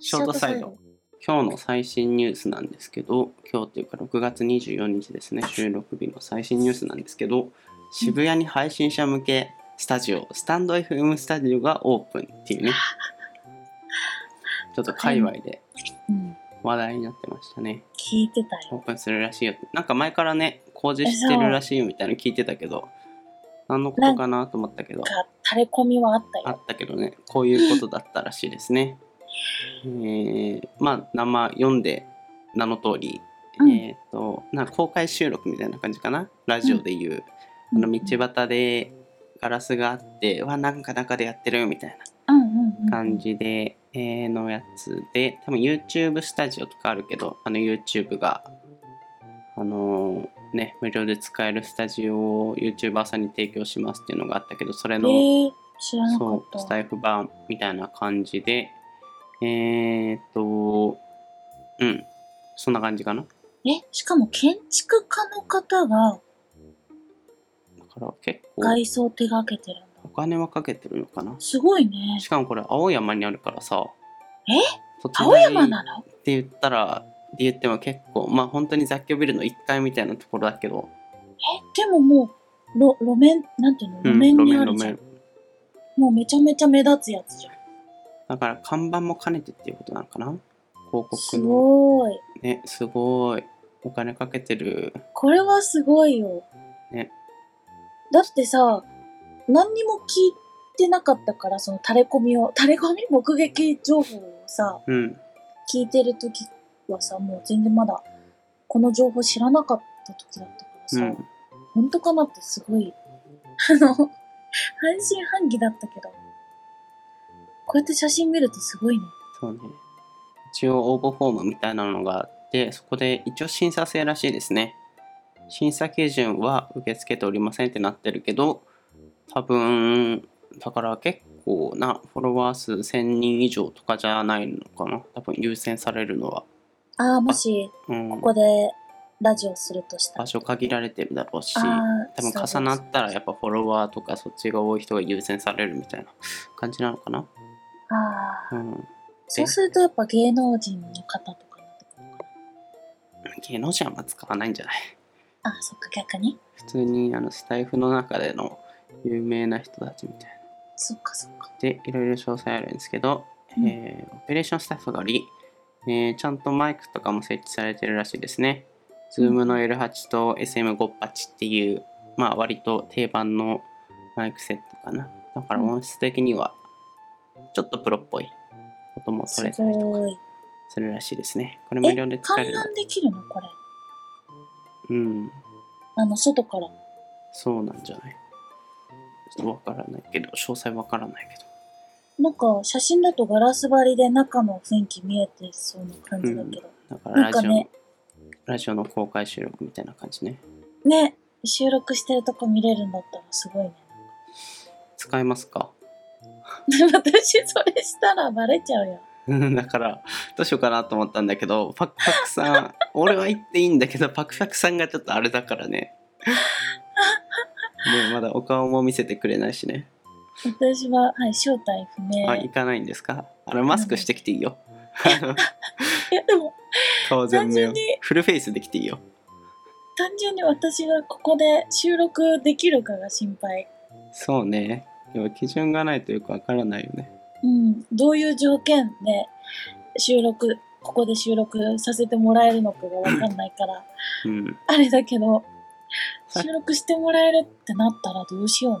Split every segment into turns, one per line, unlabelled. ショートサイド。今日の最新ニュースなんですけど、今日っていうか6月24日ですね、収録日の最新ニュースなんですけど、渋谷に配信者向けスタジオ、スタンド FM スタジオがオープンって いうね、ちょっと界隈で
うん、
話題になってましたね。
聞いてた
オ
よ
ープンするらしいよって。なんか前からね、工事してるらしいよみたいなの聞いてたけど、何のことかなと思ったけど。
なんか垂れ込みはあった
あ
よ
ったけどねこういうことだったらしいですね。えーまあ生読んで名の通り、
うん
えっ、となんか公開収録みたいな感じかなラジオでいう、あの道端でガラスがあってわなんか中でやってるみたい
うんうんうん
な感じで、えーのやつで多分 YouTube スタジオとかあるけどあの YouTube があのーね無料で使えるスタジオを YouTuber さんに提供しますっていうのがあったけどそれ
え
の。
ー、知らなか
そ
っ
う、
た
スタイフ版みたいな感じで、えー、っと、うん、そんな感じかな。だ
えしかも建築家の方が
から結構
外装手がけてるんだ
お金はかけてるのかな。
すごいね
しかもこれ青山にあるからさ。
え
土地代
青山なの
って言ったら、って言っても結構、まあ本当に雑居ビルの1階みたいなところだけど、
えでももうろ路面なんていうの
う
路
ん、
面
路
にあ
面
るじ
路
ゃん、
面。
もうめちゃめちゃ目立つやつじゃん
だから看板も兼ねてっていうことなのかな。広告
す
の。
ごい
ね、すごい。お金かけてる。
これはすごいよ、
ね
だってさ何にも聞いてなかったからその垂れ込みを 垂れ込み目撃情報をさ
うん。
聞いてる時はさもう全然まだこの情報知らなかった時だったから
う
さ、
ん。
本当かなってすごいあの半信半疑だったけどこうやって写真見るとすごいね
そうね。一応応募フォームみたいなのがあって、そこで一応審査制らしいですね。審査基準は受け付けておりませんってなってるけど、多分、だから結構なフォロワー数1000人以上とかじゃないのかな。多分優先されるのは。
ああもし
うん。
ここでラジオするとした
場
ら
所限られてるだろうし、
あー
多分
そ
重
う
なったらやっぱフォロワーとかそっちが多い人が優先されるみたいな感じなのかな。
ああ
うん。
そうするとやっぱ芸能人の方とかになってくるのか
芸能人はあんま使わないんじゃない
なあーそっか逆に
普通にあのスタイフの中での有名な人たちみたい
そっかそっか
なでいろいろ詳細あるんですけど、
うん
えーオペレーションスタッフがあり、えーちゃんとマイクとかも設置されてるらしいですね Zoom の L8 と SM58 っていうまあ割と定番のマイクセットかなだから音質的にはちょっとプロっぽい音も
す
取れたりとか
ごい
するらしいですねこれ無
え
料で使え
観
るの
覧できるのこれ
うん
あの外から
そうなんじゃないちょっとわからないけど、詳細わからないけど。
なんか写真だとガラス張りで中の雰囲気見えてそうな感じだけど、
だから
な
ラ
んか
ジオ、
ね
ラジオの公開収録みたいな感じね。
ね収録してるとこ見れるんだったらすごいね
使えますか
私それしたらバレちゃうよ
だから、どうしようかなと思ったんだけど、パクパクさん、俺は行っていいんだけど、パクパクさんがちょっとあれだから ね。でまだお顔も見せてくれないしね。
私は、はい、正体不明
あ、行かないんですかあの、マスクしてきていいよ。あ の
いやでも
当然
単
目
純
を
に。
フルフェイスできていいよ。
単純に私がここで収録できるかが心配
そうね。でも基準がないとよくわからないよね。
うんどういう条件で収録ここで収録させてもらえるのかがわかんないから
うん。
あれだけど
はい
収録してもらえるってなったらどうしようね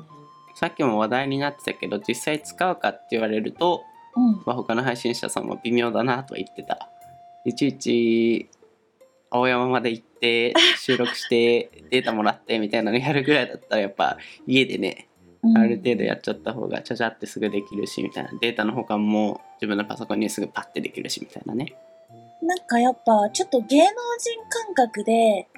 さっきも話題になってたけど実際使うかって言われると、
うん
まあ、他の配信者さんも微妙だなとは言ってたいちいち青山まで行って収録してデータもらってみたいなのやるぐらいだったらやっぱ家でね
うん
ある程度やっちゃった方がちゃちゃってすぐできるしみたいなデータの保管も自分のパソコンにすぐパッてできるしみたいなね
なんかやっぱちょっと芸能人感覚で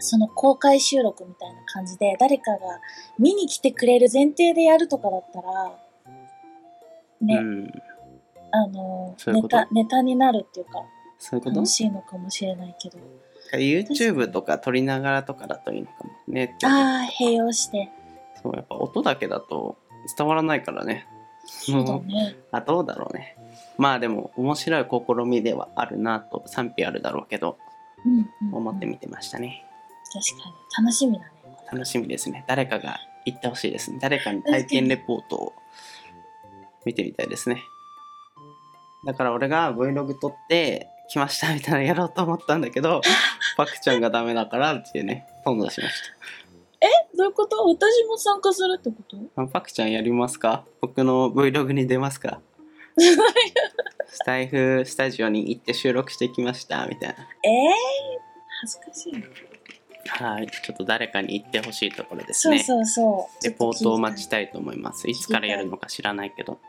その公開収録みたいな感じで誰かが見に来てくれる前提でやるとかだったらね、
うん
あの
そういう
ネ
こと
タネタになるっていうか
そういうこと
楽しいのかもしれないけど
YouTube とか撮りながらとかだといいのかもね
ああ併用して
そうやっぱ音だけだと伝わらないからね
そうだね。
あどうだろうねまあでも面白い試みではあるなと賛否あるだろうけど
うん、うん。
思って
み
見てましたね
確かに。楽しみだね。
楽しみですね誰かが行ってほしいですね誰かに体験レポートを見てみたいですねだから俺が Vlog 撮って来ましたみたいなのやろうと思ったんだけどパクちゃんがダメだからっていうね頓挫しまし
え、どういうこと私も参加するってこと
たパクちゃんやりますか僕の Vlog に出ますかスタイフスタジオに行って収録してきましたみたいな
えー、恥ずかしいな。
はい、ちょっと誰かに行ってほしいところです
そう
ね。
そうそう。
レポートを待
ちょ
ちたいと思います。いつからやるのか知らないけど、
っと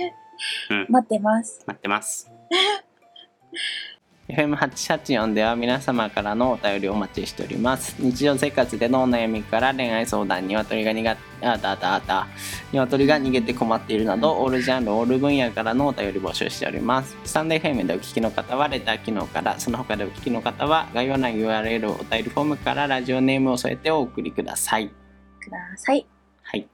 聞いて待ってます。
待って ます。FM884 では皆様からのお便りをお待ちしております。日常生活でのお悩みから恋愛相談、鶏が苦手、あだだだ、鶏が逃げて困っているなど、オールジャンル、オール分野からのお便り募集しております。スタンド FM でお聞きの方はレター機能から、その他でお聞きの方は概要欄 URL お便りフォームからラジオネームを添えてお送りください。
ください。
はい。